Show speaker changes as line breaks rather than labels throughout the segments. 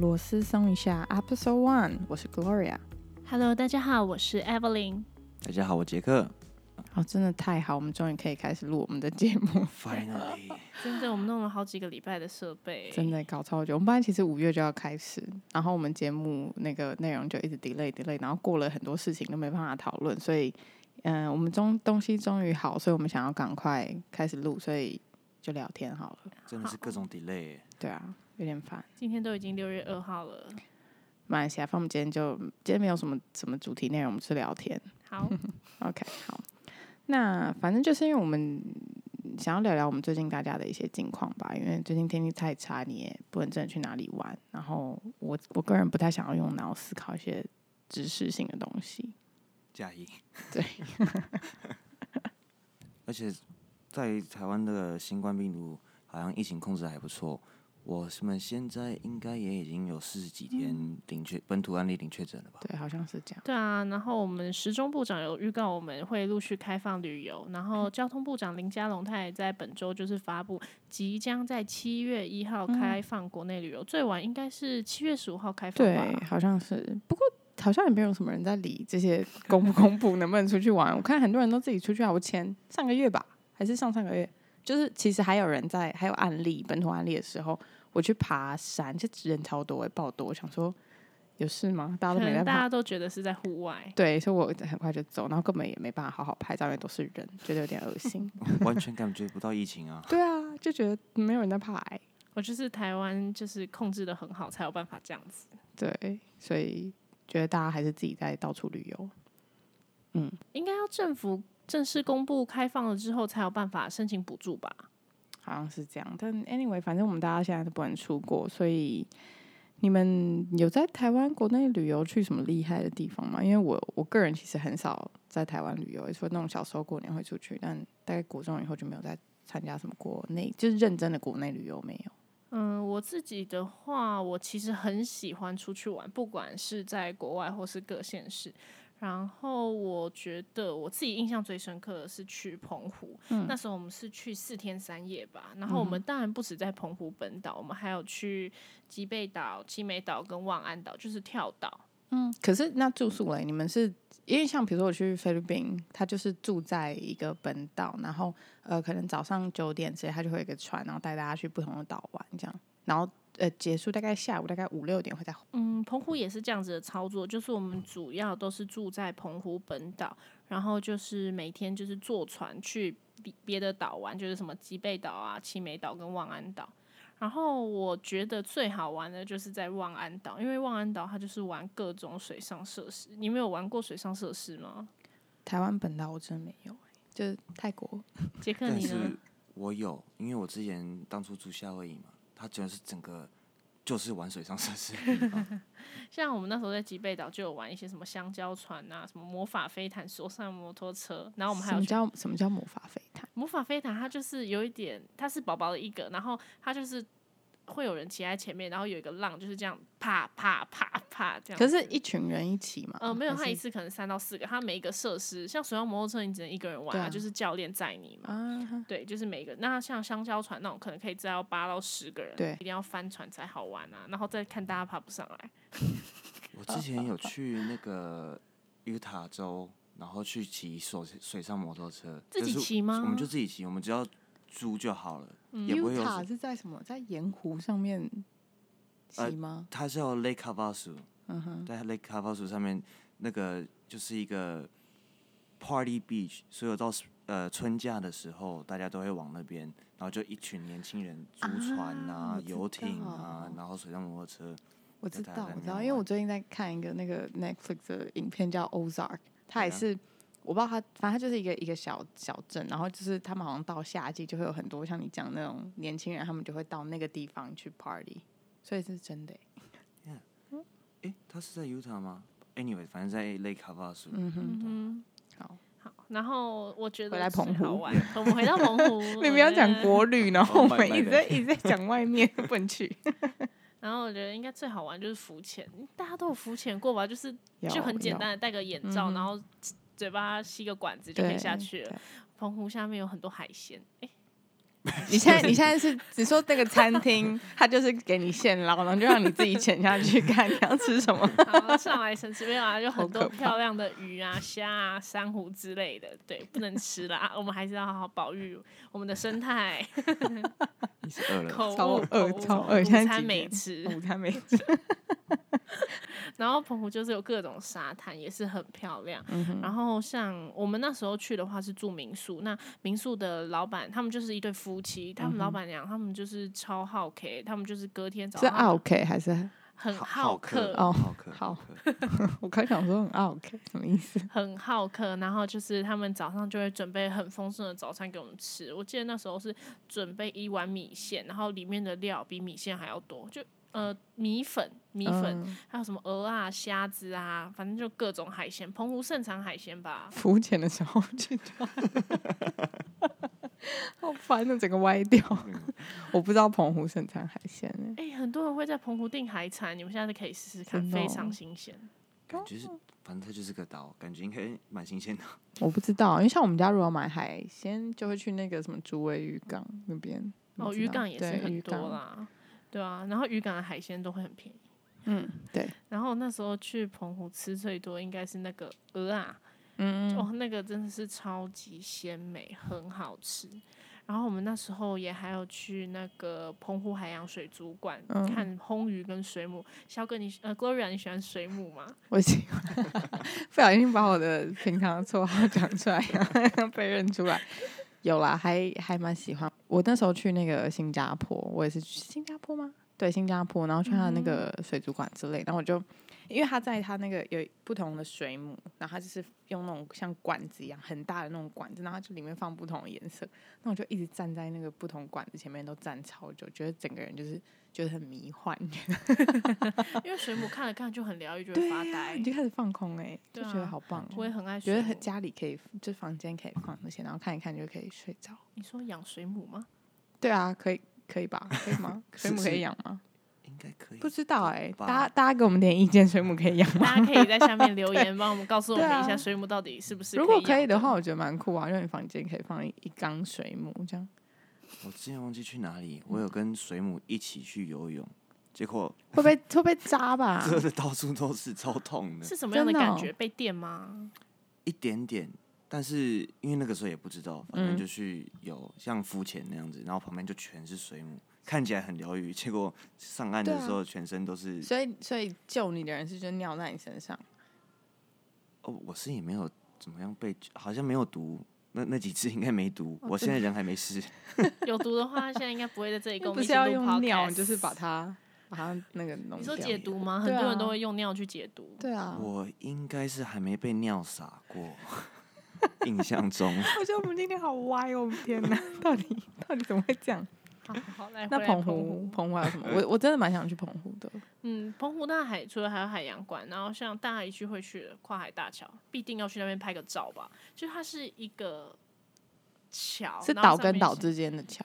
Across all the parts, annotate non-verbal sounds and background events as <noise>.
我是松一下 Episode One，我是 Gloria。
Hello，大家好，我是 Evelyn。
大家好，我杰克。
哦，真的太好，我们终于可以开始录我们的节目， <laughs>
Finally，
真的，我们弄了好几个礼拜的设备，
真的搞超久。我们本来其实五月就要开始，然后我们节目那个内容就一直 delay delay，然后过了很多事情都没办法讨论，所以嗯、呃我们终东西终于好，所以我们想要赶快开始录，所以就聊天好了。
<laughs> 真的是各种 delay，
对啊，有点烦。
今天都已经六月二号了。
马来西亚，反正我们今天就今天没有什么什么主题内容，我们是聊天。
<laughs> 好，
OK，好，那反正就是因为我们想要聊聊我们最近大家的一些近况吧，因为最近天气太差，你也不能真的去哪里玩。然后我我个人不太想要用脑思考一些知识性的东西。
加一。
对。
而且在台湾的新冠病毒好像疫情控制得还不错，我们现在应该也已经有四十几天零确本土案例零确诊了吧？
对，好像是这样。
对啊，然后我们时钟部长有预告我们会陆续开放旅游，然 <laughs> 后交通部长林佳龙他也在本周就是发布，即将在七月一号开放国内旅游，最晚应该是七月十五号开放吧
对，。好像是。不过好像也没有什么人在理这些公不公布能不能出去玩。我 <laughs> 看很多人都自己出去啊。我前上个月吧，还是上上个月，就是其实还有人在，还有案例本土案例的时候，我去爬山，这人超多、欸，爆多。我想说有事吗？大家
可
都没在
能大
爬。
家都觉得是在户外，
对，所以我很快就走，然后根本也没办法好好拍照，因为都是人，觉得有点恶心。
<laughs> 完全感觉不到疫情啊！
<laughs> 对啊，就觉得没有人在爬、欸。
我就是台湾就是控制的很好，才有办法这样子。
对，所以觉得大家还是自己在到处旅游。嗯，
应该要政府正式公布开放了之后，才有办法申请补助吧？
好像是这样。但 anyway，反正我们大家现在都不能出国，所以你们有在台湾国内旅游去什么厉害的地方吗？因为我我个人其实很少在台湾旅游，也说那种小时候过年会出去，但大概国中以后就没有再参加什么国内，就是认真的国内旅游没有。
嗯，我自己的话，我其实很喜欢出去玩，不管是在国外或是各县市。然后我觉得我自己印象最深刻的是去澎湖，那时候我们是去四天三夜吧。然后我们当然不止在澎湖本岛，我们还有去吉贝岛、七美岛跟望安岛，就是跳岛。
嗯，可是那住宿嘞，你们是因为像比如说我去菲律宾，他就是住在一个本岛，然后呃，可能早上九点之类，他就会有一个船，然后带大家去不同的岛玩这样，然后呃结束大概下午大概五六点会再
嗯，澎湖也是这样子的操作，就是我们主要都是住在澎湖本岛，然后就是每天就是坐船去别别的岛玩，就是什么吉贝岛啊、七美岛跟望安岛。然后我觉得最好玩的就是在望安岛，因为望安岛它就是玩各种水上设施。你们有玩过水上设施吗？
台湾本岛我真没有、就是泰国。
杰克，
但
你呢
是？我有，因为我之前当初住夏威夷嘛，它就是整个就是玩水上设施的地方
像我们那时候在吉贝岛就有玩一些什么香蕉船啊，什么魔法飞毯、手上摩托车，然后我们还
什么
有去
叫什么叫魔法飞毯？
魔法飞毯它就是有一点，它是薄薄的一个，然后它就是会有人骑在前面，然后有一个浪就是这样啪啪啪啪这样。
可是，一群人一起嘛？
呃，没有，
还
它一
是
次可能三到四个，它每一个设施，像水上摩托车你只能一个人玩
对啊
啊，就是教练载你嘛。
啊，
对，就是每一个。那像香蕉船那种，可能可以载到八到十个人，
对
一定要翻船才好玩啊。然后再看大家爬不上来，
<laughs>
我之前有去那个犹他州，然后去骑水水上摩托车，
自己
就是
骑吗
我们就自己骑，我们只要租就好了，也不会有
嗯 Utah 是在什么？在盐湖上面骑
呃
吗？
它叫 Lake Havasu，、
嗯哼，
在 Lake Havasu 上面那个就是一个 party beach，所有到呃春假的时候，大家都会往那边，然后就一群年轻人租船
啊
啊、
我知
游艇啊
道，
然后水上摩托车，
我知
在台
道，
湾
我知
那
道，
边
因为我
玩
最近在看一个那个 Netflix 的影片叫《Ozark》，它也
对啊
是。我不知道它，反正它就是一个一个小小镇，然后就是他们好像到夏季就会有很多像你讲那种年轻人，他们就会到那个地方去 party，所以是真的欸、
诶，它是在 Utah 吗？Anyway，反正在 Lake Havasu，、
嗯哼，
嗯
好，
好。然后我觉
回
得
来澎
最好
湖
玩。我们回到澎湖
<laughs> ，你不要讲
国。
国旅，然后我
哦拜
们
拜
一直在一直在讲外面，不能 <laughs> 去。
然后我觉得应该最好玩就是浮潜，大家都有浮潜过吧？就是就很简单的戴个眼
嗯
罩，然后嘴巴吸个管子就可以下去了。澎湖下面有很多海鲜，哎、
你现在你现在是只说那个餐厅，它就是给你现捞，然后就让你自己潜下去看你要吃 <laughs> 什么。
好，上来生吃没有啊？就
好
很多
可怕
漂亮的鱼啊、虾啊、珊瑚之类的，对，不能吃啦，我们还是要好好保育我们的生态。
你是
<laughs>
饿了。
口误，
超饿
口误
超
口
饿
误午
现在
餐
几
没
点嗯
吃，
午餐没吃，
然后澎湖就是有各种沙滩，也是很漂亮。
嗯哼
然后像我们那时候去的话是住民宿，那民宿的老板他们就是一对夫妻，
嗯
他们老板娘他们就是超好客，他们就是隔天早
是
上
OK 还是
很
好
客，
哦
好客，
好
客。
我刚想说很啊 OK 什么意思？ <laughs>
很好客，然后就是他们早上就会准备很丰盛的早餐给我们吃。我记得那时候是准备一碗米线，然后里面的料比米线还要多，就呃米粉、米粉，
嗯
还有什么鹅啊、虾子啊，反正就各种海鲜。澎湖盛产海鲜吧？
浮潜的时候去抓，好烦哦的，整个歪掉。我不知道澎湖盛产海鲜欸呢，
哎、很多人会在澎湖订海产，你们现在可以试试看，
真的哦
非常新鲜。
感觉是，反正它就是个岛，感觉应该蛮新鲜的。
我不知道，因为像我们家如果要买海鲜，就会去那个什么竹围渔港那边。
哦，
你知
渔
道
港也是
对
很
渔
多
港
啦，对啊，然后渔港的海鲜都会很便宜。
嗯，对，
然后那时候去澎湖吃最多应该是那个鹅啊，
嗯，
哦，那个真的是超级鲜美，很好吃。然后我们那时候也还有去那个澎湖海洋水族馆、
嗯
看红鱼跟水母。肖哥你，呃，Gloria，你喜欢水母吗？
<laughs> 我喜欢，不小心把我的平常的绰号讲出来， <laughs> 然后被认出来。有啦，还还蛮喜欢。我那时候去那个新加坡，我也是去新加坡吗？对，新加坡，然后去他的那个
嗯
水族馆之类，然后我就因为他在他那个有不同的水母，然后他就是用那种像管子一样很大的那种管子，然后它就里面放不同的颜色，那我就一直站在那个不同管子前面都站超久，觉得整个人就是觉得很迷幻， <laughs>
因为水母看了看就很疗愈，就
对
会发
呀、
呆
你。就开始放空哎、就
对
觉得
啊
好棒哦、
我也很爱
觉
水
得
母
很。家里可以，就房间可以放那些，然后看一看就可以睡着。
你说养水母吗？
对啊，可以可以 <laughs> 吧？可以吗？
是
水母可
是
以养吗？
应该可以。
不知道哎、
吧
大家大家给我们点意见，水母可以养 <laughs> 吗？
大家可以在下面留言，帮我们告诉
<laughs>
我
对
们
啊
一下水母到底是不是
如果可以
养
的话，我觉得蛮酷啊，因为你房间可以放一一缸水母这样，
我之前忘记去哪里，我有跟水母一起去游泳，结果
<laughs> 会不会会不会扎 <laughs> 吧？
蛰的到处都是，超痛的
是，什么样的
真的
感
哦
觉？被电吗？
一点点。但是因为那个时候也不知道，反
嗯
正就去游，像浮潜那样子，然后旁边就全是水母，看起来很疗愈。结果上岸
对
的
啊
时候，全身都是。
所以所以救你的人是就尿在你身上，
哦，我是也没有怎么样被，好像没有毒。那那几次应该没毒，
哦
我
真
现
的
在人还没事。
有毒的话，现在应该不会在这里跟我
不
们一
是
起
要
录
用尿，你
podcast
就是把它把它那个 <laughs> 弄
你说
掉
解毒吗？很
对
多人
啊
都会用尿去解毒。
对啊，
我应该是还没被尿洒
<laughs>
过，印象中。
我觉得我们今天好歪哦，我的天哪， <laughs> 到底到底怎么会这样？
<laughs> 好嗯
<laughs>
好，来
那
回来
澎湖
湖，，
澎湖还有 <laughs> 什么？我我真的蛮想去澎湖的。
嗯，澎湖那海除了还有海洋馆，然后像大家一去会去的跨海大桥，必定要去那边拍个照吧。就它是一个桥，
是
然后
岛
上
跟
面
岛
是，
之间的桥。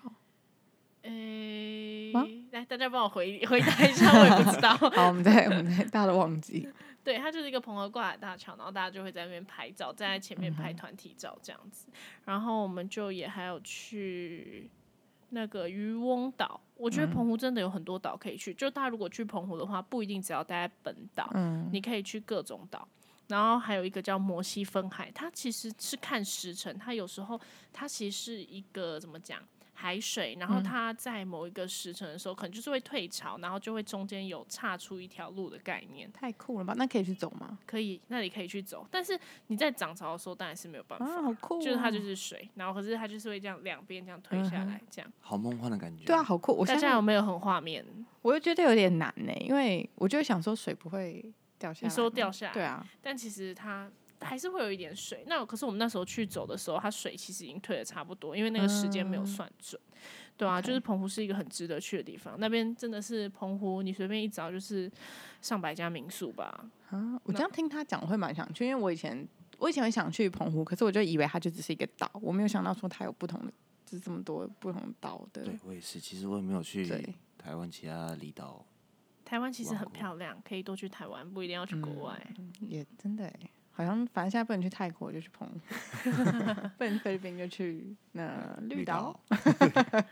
诶、
吗
来大家帮我回回答一下，我也不知道。
好，我们再我们再大家都忘记。
对，它就是一个澎湖挂海大桥，然后大家就会在那边拍照，站在前面拍团体照这样子。然后我们就也还有去那个渔翁岛，我觉得澎湖真的有很多岛可以去。就大家如果去澎湖的话，不一定只要待在本岛，
嗯，
你可以去各种岛。然后还有一个叫摩西分海，它其实是看时辰，它有时候它其实是一个怎么讲海水，然后它在某一个时辰的时候，可能就是会退潮，然后就会中间有岔出一条路的概
<laughs>
念。
太酷了吧？那可以去走吗？
可以，那里可以去走。但是你在涨潮的时候，当然是没有办
<laughs>
法，
啊，好酷哦！
就是它就是水，然后可是它就是会这样两边这样推下来，这样。
好梦幻的感觉。
对啊，，好酷！嗯我
大
现
家有
在
没有很画面？
我又觉得有点难呢，因为我就想说水不会掉下来
你
吗。
说掉下来，
对啊，
但其实它还是会有一点水。那可是我们那时候去走的时候，它水其实已经退的差不多，因为那个时间没有算准。对啊
嗯 OK
就是澎湖是一个很值得去的地方，那边真的是澎湖，你随便一找就是上百家民宿吧。
啊，我
那
这样听他讲，我会蛮想去，因为我以前我以前很想去澎湖，可是我就以为它就只是一个岛，我没有想到说它有不同的，就是这么多不同岛的。
对我也是。其实我也没有去
对
台湾其他离岛，
台湾其实
哇
很
酷
哦嗯
漂亮，可以多去台湾，不一定要去国外。
也真的欸，好像反正现在不能去泰国，就去澎湖； <laughs> 不能去菲律宾，就去那绿岛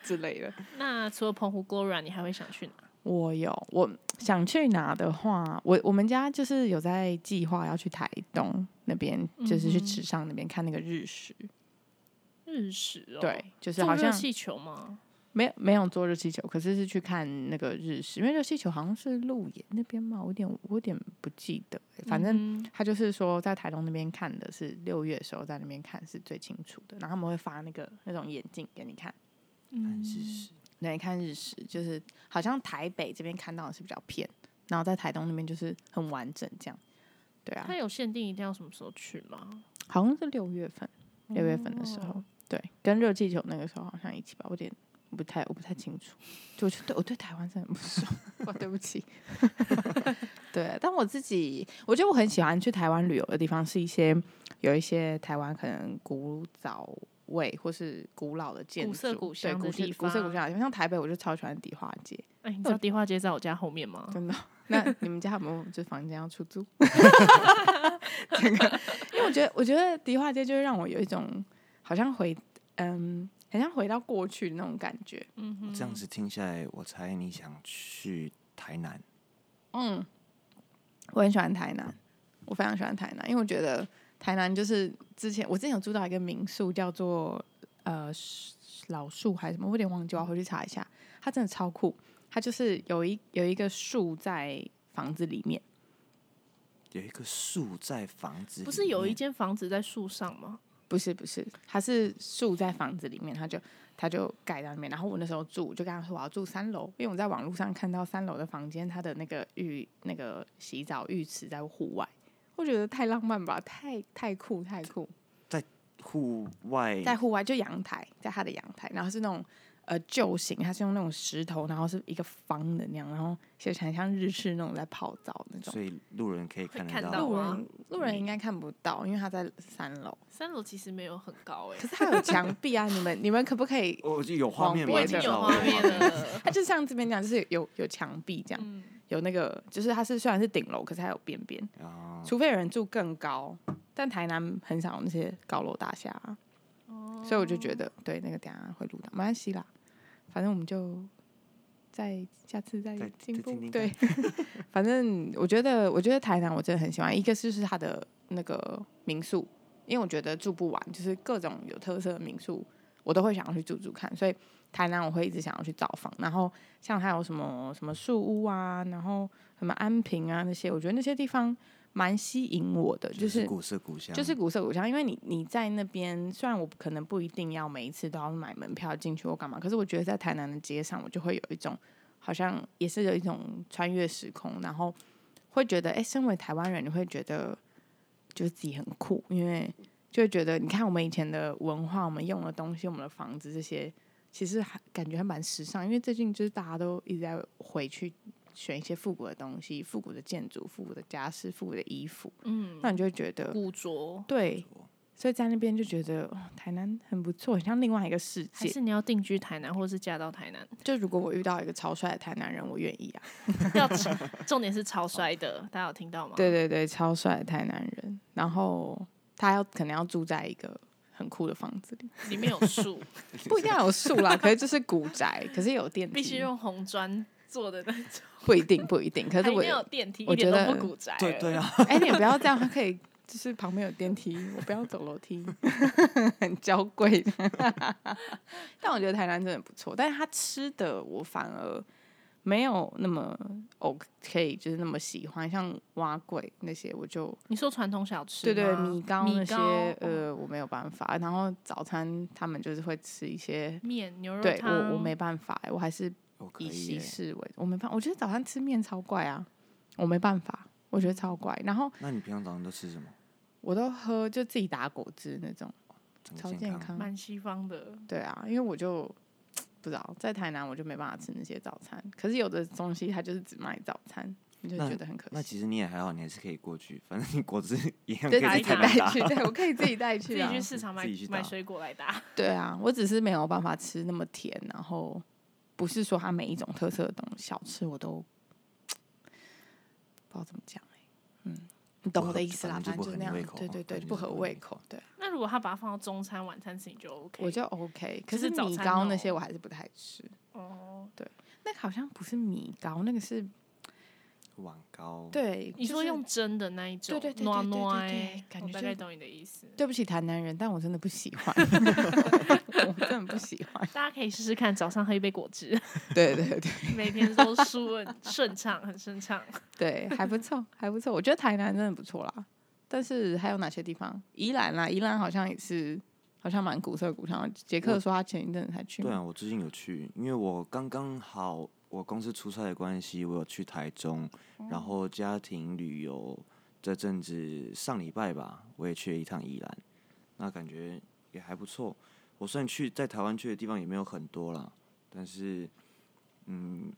之类的。
那除了澎湖、郭软，你还会想去哪？
<laughs> 我有，我想去哪的话，我我们家就是有在计划要去台东那边，就是去
嗯哼
池上那边看那个日食。
日食哦，
对，，就是
坐
好
热
像
气球吗？
没有没有坐热气球，可是是去看那个日食，因为热气球好像是鹿野那边嘛，我有点我有点不记得欸、反正
嗯哼
他就是说在台东那边看的是六月的时候在那边看是最清楚的，然后他们会发那个那种眼镜给你看，
但是是
对，你看日食，就是好像台北这边看到的是比较偏，然后在台东那边就是很完整这样，对啊
它，有限定一定要什么时候去吗？
好像是六月份，
哦
六月份的时候，对，跟热气球那个时候好像一起吧，我有点不太我不太清楚，就我就对我对台湾真的很不
<laughs>
熟，我对不起。对，但我自己我觉得我很喜欢去台湾旅游的地方是一些有一些台湾可能古早味或是古老的建筑，
古色古
对
香的
古色
地
古色古
方
香的地方，像台北我就超喜欢迪化街，
哎，你知道迪化街在我家后面吗？
真的哦。 <laughs> 那你们家有没有就房间要出租？ <laughs> 整个，因为我觉得，我觉得迪化街就会让我有一种好像回，嗯，很像回到过去那种感觉。
嗯哼，
这样子听下来，我猜你想去台南，
嗯，我很喜欢台南，我非常喜欢台南，因为我觉得台南就是之前我之前有住到一个民宿，叫做呃是老树还是什么，我有点忘记，我要回去查一下。它真的超酷，它就是有一有一个树在房子里面。
有一个树在房子里面，
不是有一间房子在树上吗？
不是不是，它是住在房子里面，他就他就盖在那边。然后我那时候住，我就跟他说我要住三楼，因为我在网络上看到三楼的房间，它的那个浴那个洗澡浴池在户外，我觉得太浪漫吧，太太酷太酷，
户外
在户外就阳台，在他的阳台，然后是那种呃旧型，它是用那种石头，然后是一个方的那样，然后写起来像日式那种在泡澡那种。
所以路人可以
会
看得
看
到
到
路
啊
人路人应该看不到，因为他在三楼，
三楼其实没有很高哎
可，是他有墙壁啊！你们你们可不可以
哦我就有画面吗？
我
我
也
已
你
经
知道
有
我
画
有
面
<laughs>
了。
它就像这边这样，就是有有墙壁这样，
嗯，
有那个就是它是虽然是顶楼，可是它有边边，
啊，
除非有人住更高，但台南很少有那些高楼大厦啊、所以我就觉得对那个等一下会录到，没关系啦，反正我们就再下次再
再
进
再
步
听。听
对， <laughs> 反正我觉得我觉得台南我真的很喜欢，一个就是它的那个民宿，因为我觉得住不完，就是各种有特色的民宿，我都会想要去住住看，所以台南我会一直想要去造访。然后像还有什么什么树屋啊，然后什么安平啊那些，我觉得那些地方蛮吸引我的，就
就是
是
古色古香，
就是古色古香，因为你你在那边，虽然我可能不一定要每一次都要买门票进去或干嘛，可是我觉得在台南的街上，我就会有一种好像也是有一种穿越时空，然后会觉得，哎、身为台湾人，你会觉得就是自己很酷，因为就会觉得，你看我们以前的文化，我们用的东西，我们的房子这些，其实还感觉还蛮时尚，因为最近就是大家都一直在回去选一些复古的东西、复古的建筑、复古的家饰、复古的衣服，
嗯，
那你就会觉得，
古着
对，所以在那边就觉得、哦、台南很不错，很像另外一个世
还
界。
是你要定居台南，或者是嫁到台南？
就如果我遇到一个超帅的台南人，我愿意 <laughs> 啊。
要超重点是超帅的，大家有听到吗？
对，对对，超帅的台南人，然后他要可能要住在一个很酷的房子 <laughs> 里，
里面有树，
不一定要有树啦，可是就是古宅，可是有 <laughs> 电梯，
必须用红砖做的那种，
不一定不一定，可
还
是我
没有电梯，
我
一点
觉
都
得
不古宅。
对对，啊，
<laughs> 哎、你也不要这样，他可以就是旁边有电梯，我不要走楼梯，很娇贵。 <laughs> 但我觉得台南真的不错，但是他吃的我反而没有那么 OK，就是那么喜欢，像蛙桂那些我就
你说传统小吃
对
吗，
对米糕那
米
些
糕
呃我没有办法。然后早餐他们就是会吃一些。
面牛肉
对
汤，
我，我没办法、我还是
我可
以
以
西
耶。
式为，我没办我觉得早餐吃面超怪啊，我没办法，我觉得超怪。然后
那你平常早上都吃什么？
我都喝就自己打果汁那种，
整个
超健
康，
康。
蛮西方的。
<laughs> 对啊，因为我就不知道在台南我就没办法吃那些早餐，可是有的东西它就是只卖早餐，你就觉得很可
那
惜。
其实你也还好，你还是可以过去，反正你果汁一样可
对，
以
自
打
在
己
一打
台
打
南
带
打
去，。对我可以自己带
<laughs> 自
去
己
啊
去。市场买
自己去打
买水果来打， <laughs>
对啊，我只是没有办法吃那么甜，然后不是说它每一种特色的东西小吃我都不知道怎么讲欸嗯，你懂我的意思啦，
反
反
正
正就
就不合
那
你
样
胃，口
对
嘛
对
反
对，
正
不
就是
合
不合
胃
你
口，对，
那如果他把它放到中餐、晚餐吃，你就 OK。
我就 OK。可
就是是早
米
餐哦
糕那
肉
些我还是不太吃，
哦，
那个好像不是米糕，那个是
碗糕，，
对，
你
就
说
是
用蒸的那一种，
对对对
糯
对对
糯
对对
欸
感
我
觉
大
就
概懂你的意思。
对不起台南人，但我真的不喜欢，我真的不喜
<laughs>
欢。
大家可以试试看，早上喝一杯果
<laughs>
汁，
对对对
每天都顺顺畅，很顺畅。
对，啊还不错，还不错。我觉得台南真的不错啦，但是还有哪些地方？宜兰啦，宜兰好像也是，好像蛮古色古香的。杰克
我
说他前一阵子才去嘛，
对啊，我最近有去，因为我刚刚好，我公司出差的关系，我有去台中，
哦
然后家庭旅游这阵子上礼拜吧，我也去了一趟宜兰，那感觉也还不错。我虽然去在台湾去的地方也没有很多啦，但是，嗯，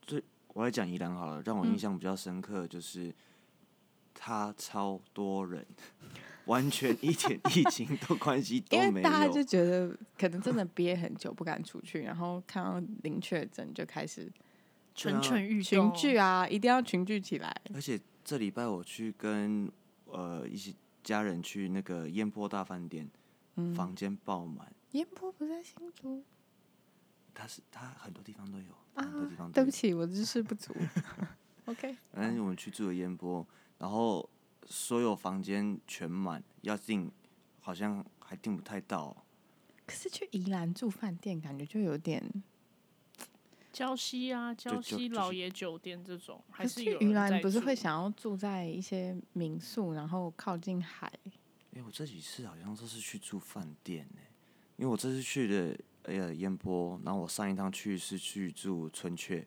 最我来讲宜兰好了，让我
嗯
印象比较深刻的就是，它超多人， <laughs> 完全一点疫情都关系都
<laughs> 因为
没有。
大家就觉得可能真的憋很久不敢出去，然后看到零确诊就开始
蠢蠢欲
群
动，
聚啊，一定要群聚起来。
而且这礼拜我去跟呃一些家人去那个烟波大饭店，
嗯
房间爆满，
烟波不在新竹
它是它很多地方都有，
啊
很多地方，都
对
有。
不起，我知识不足。OK，
但是我们去住了烟波，然后所有房间全满，要订好像还订不太到，
可是去宜兰住饭店，感觉就有点。
礁溪啊，礁
就
溪
就是
老爷酒店这种，还
可
是
去
有
宜
人在
兰不是
住
会想要住在一些民宿，然后靠近海。
哎、我这几次好像都是去住饭店呢、因为我这次去的呃烟波，然后我上一趟去是去住春雀，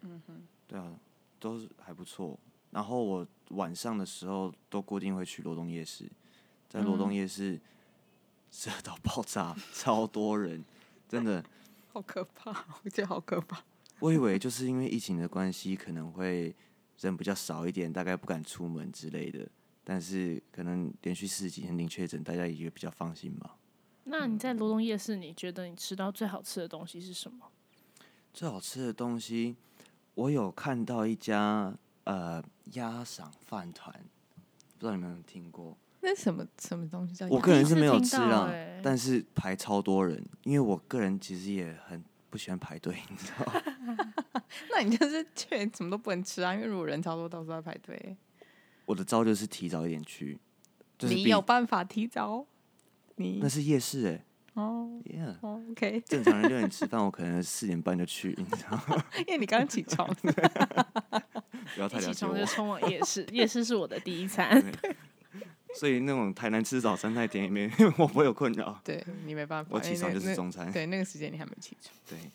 嗯哼，对啊，都是还不错。然后我晚上的时候都固定会去罗东夜市，在罗东夜市热到爆炸， <laughs> 超多人，真的。
好可怕！我觉得好可怕。
我以为就是因为疫情的关系，可能会人比较少一点，大概不敢出门之类的。但是可能连续四十几天零确诊，大家也比较放心吧。
那
嗯
你在罗东夜市，你觉得你吃到最好吃的东西是什么？
最好吃的东西，我有看到一家呃鸭赏饭团，不知道你们有没有听过？
那什么什么东西叫？
我个人是没
第
有
一次
吃
听到
啦，
哎
欸
但是排超多人，因为我个人其实也很不喜欢排队，你知道吗？
<laughs> 那你就是去什么都不能吃啊，因为如果人超多，到时候要排队。
我的招就是提早一点去，就是
你
比
有办法提早？你
那是夜市哎、
哦
欸、，Yeah。
哦，OK，
正常人六点吃饭，我可能四点半就去，你知道吗？
因为你刚起床，
不要
一
太
起
了解
床
我
就。冲往夜
<laughs>
市，夜市是我的第一餐。
所以那种台南吃早餐太甜也没， <laughs> 我不会有困扰。
<laughs> 对你没办法。
我起
因为
床
哎那
就是
那
中餐
对，那个时间你还没起床。
对，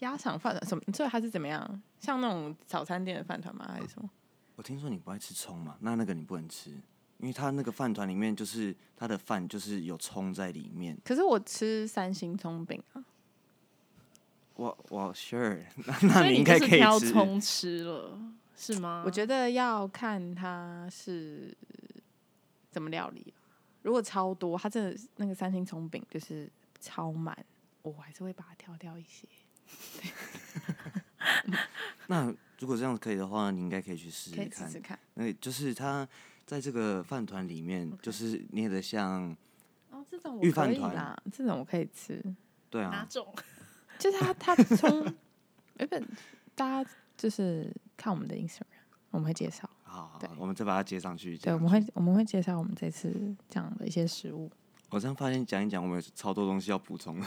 鸭肠饭团什么？所以它是怎么样？像那种早餐店的饭团吗？还是什么？
我听说你不爱吃葱嘛，那那个你不能吃，因为它那个饭团里面就是它的饭就是有葱在里面。
可是我吃三星葱饼啊，
我我 sure，那 <laughs>
所
那
以
你
你
应
就
该
是
可以
挑
吃。
葱吃了，是吗？
我觉得要看它是怎么料理啊、如果超多，它真的是那个三星葱饼就是超满，我还是会把它挑掉一些。
那如果这样可以的话，你应该可以去试
可
试
以试
看
试。看。
那就是它在这个饭团里面，就是捏的像，
哦，这种我
御
可
饭
以
团
啦，这种我可以吃。
对
哪
啊，
种？ <laughs>
就是
<laughs>
它它葱，原本大家就是看我们的 Instagram，我们会介绍。
好好，
对
好我们再把它接上去。这
对，我
样
们会我们会介绍我们这次讲的一些食物。
我这样发现讲一讲，我们有超多东西要补充，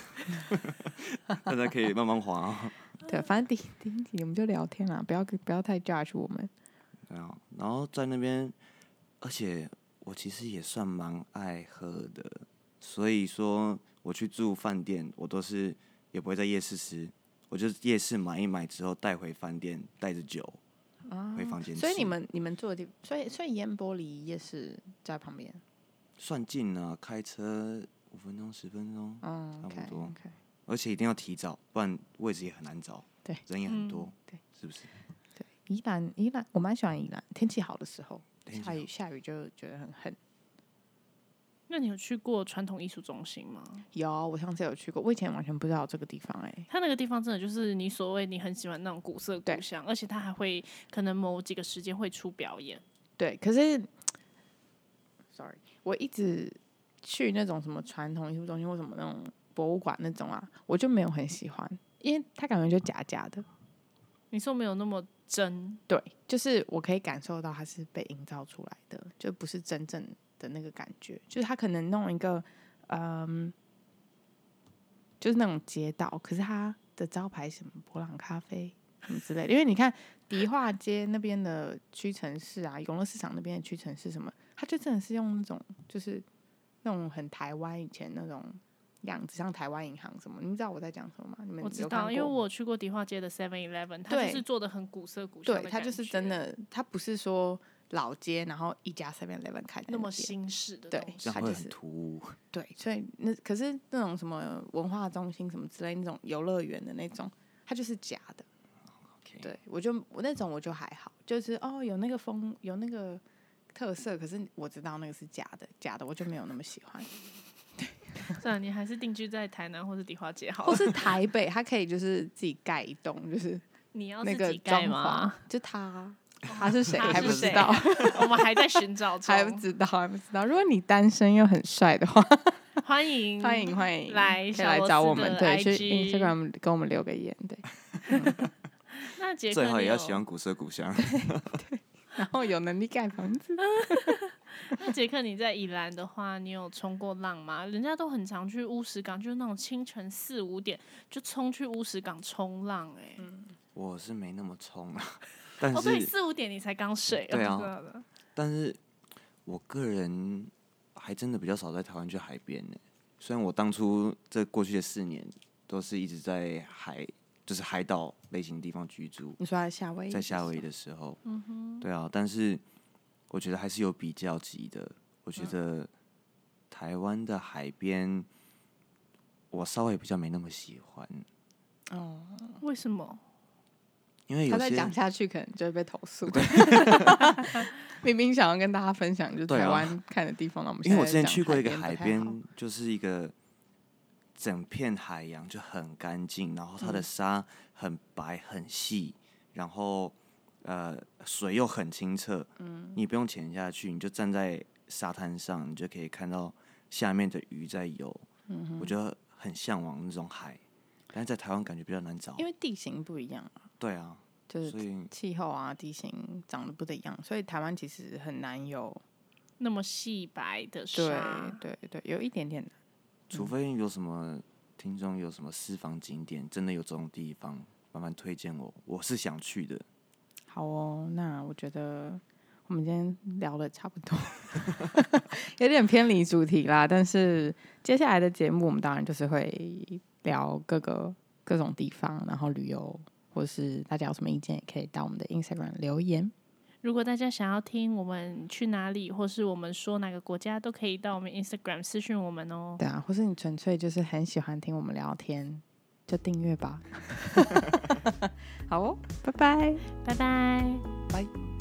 <laughs> 大家可以慢慢滑哦。
对，反正第第一集我们就聊天啦，不要不要太 judge 我们。
然后，啊然后在那边，而且我其实也算蛮爱喝的，所以说我去住饭店，我都是也不会在夜市吃，我就是夜市买一买之后带回饭店，带着酒回房间吃。
啊所以你们你们住的地，所以所以烟波离夜市在旁边。
算近啊，开车五分钟十分钟，
嗯
差不
，OK
多
OK。
而且一定要提早，不然位置也很难找，
对，嗯
人也很多，
对，
是不是？
对，宜兰宜兰，我蛮喜欢宜兰，天气好的时候，
天气
下雨下雨就觉得很很。
那你有去过传统艺术中心吗？
有，我上次有去过，我以前完全不知道这个地方哎、
它那个地方真的就是你所谓你很喜欢那种古色古香，而且它还会可能某几个时间会出表演。
对，可是 sorry，我一直去那种什么传统艺术中心或什么那种博物馆那种啊，我就没有很喜欢，因为它感觉就假假的。
你说没有那么真，
对，就是我可以感受到它是被营造出来的，就不是真正的那个感觉。就是他可能弄一个，嗯，就是那种街道，可是它的招牌什么博朗咖啡什么之类的。因为你看迪化街那边的屈臣氏啊，永乐市场那边的屈臣氏什么，它就真的是用那种就是那种很台湾以前那种样子，像台湾银行什么。你们知道我在讲什么吗？你们
我知
有看
道，因为
过吗
我去过迪化街的 Seven Eleven，它就
对
是做的很古色古香
对
的，
它就是
感觉
真的，它不是说老街，然后一家 Seven Eleven 开在
那么
边
新式的
对
东西
这
它
样
就
会
是
很突兀。
对，所以那可是那种什么文化中心什么之类那种游乐园的那种，它就是假的。
哦
OK，
对我就我那种我就还好，就是哦有那个风有那个特色，可是我知道那个是假的，假的我就没有那么喜欢。
算了，你还是定居在台南或是迪化街好
或
了。
是台北，它可以就是自己盖一栋，就是
你要
那
自
个
己
装
盖
潢
吗？， <laughs> 哦
就他他是谁
他
还不
是
知
谁
道。
我们还在寻找
<laughs>
中，
还不知道，还不知道。如果你单身又很帅的话，
欢迎
欢迎欢迎，
来
可以
小
嗯来
螺
找
丝
我们，
的
对，去
IG
Instagram 跟我们留个言，对。
那杰克
最好
你
也要
有
喜欢古色古香。
然后有能力盖房 <laughs> 子，
<laughs> 那杰克，你在宜兰的话，你有冲过浪吗？人家都很常去乌石港，就是那种清晨四五点就冲去乌石港冲浪、欸，哎、
<laughs> 我是没那么
<laughs>
冲啊，但
哦，对，
是
四五点你才刚睡，
对啊
我知道了
但是我个人还真的比较少在台湾去海边呢。虽然我当初这过去的四年都是一直在海，就是海岛类型的地方居住，
你说在夏威夷，
在夏威夷的时候，
嗯
对啊，但是我觉得还是有比较级的。
嗯
我觉得台湾的海边，我稍微比较没那么喜欢，
哦，
<laughs> 为什么？
因为
他
有
再
些
讲下去可能就会被投诉。 <laughs> 明明想要跟大家分享就是
对
台
啊
湾看的地方，那我们
因为我之
现在讲
前去过一个
海不
海
太好
边，就是一个整片海洋就很干净，然后它的
嗯
沙很白很细，然后呃水又很清澈，
嗯
你不用潜下去，你就站在沙滩上，你就可以看到下面的鱼在游，
嗯
我觉得很向往那种海，但是在台湾感觉比较难找，
因为地形不一样啊，
对啊，
就
所
是
以
气候啊、地形长得不一样，所以台湾其实很难有。
那么细白的
对
沙，
对对，有一点点难。嗯
除非有什么听众有什么私房景点，真的有这种地方，慢慢推荐我，我是想去的。
好哦，那我觉得我们今天聊的差不多，有点偏离主题啦。但是接下来的节目，我们当然就是会聊各个各种地方，然后旅游，或是大家有什么意见，也可以到我们的 Instagram 留言。
如果大家想要听我们去哪里，或是我们说哪个国家，都可以到我们 Instagram 私讯我们哦。
对啊，或是你纯粹就是很喜欢听我们聊天，就订 <laughs> 阅吧。好哦，拜拜。
拜拜。
拜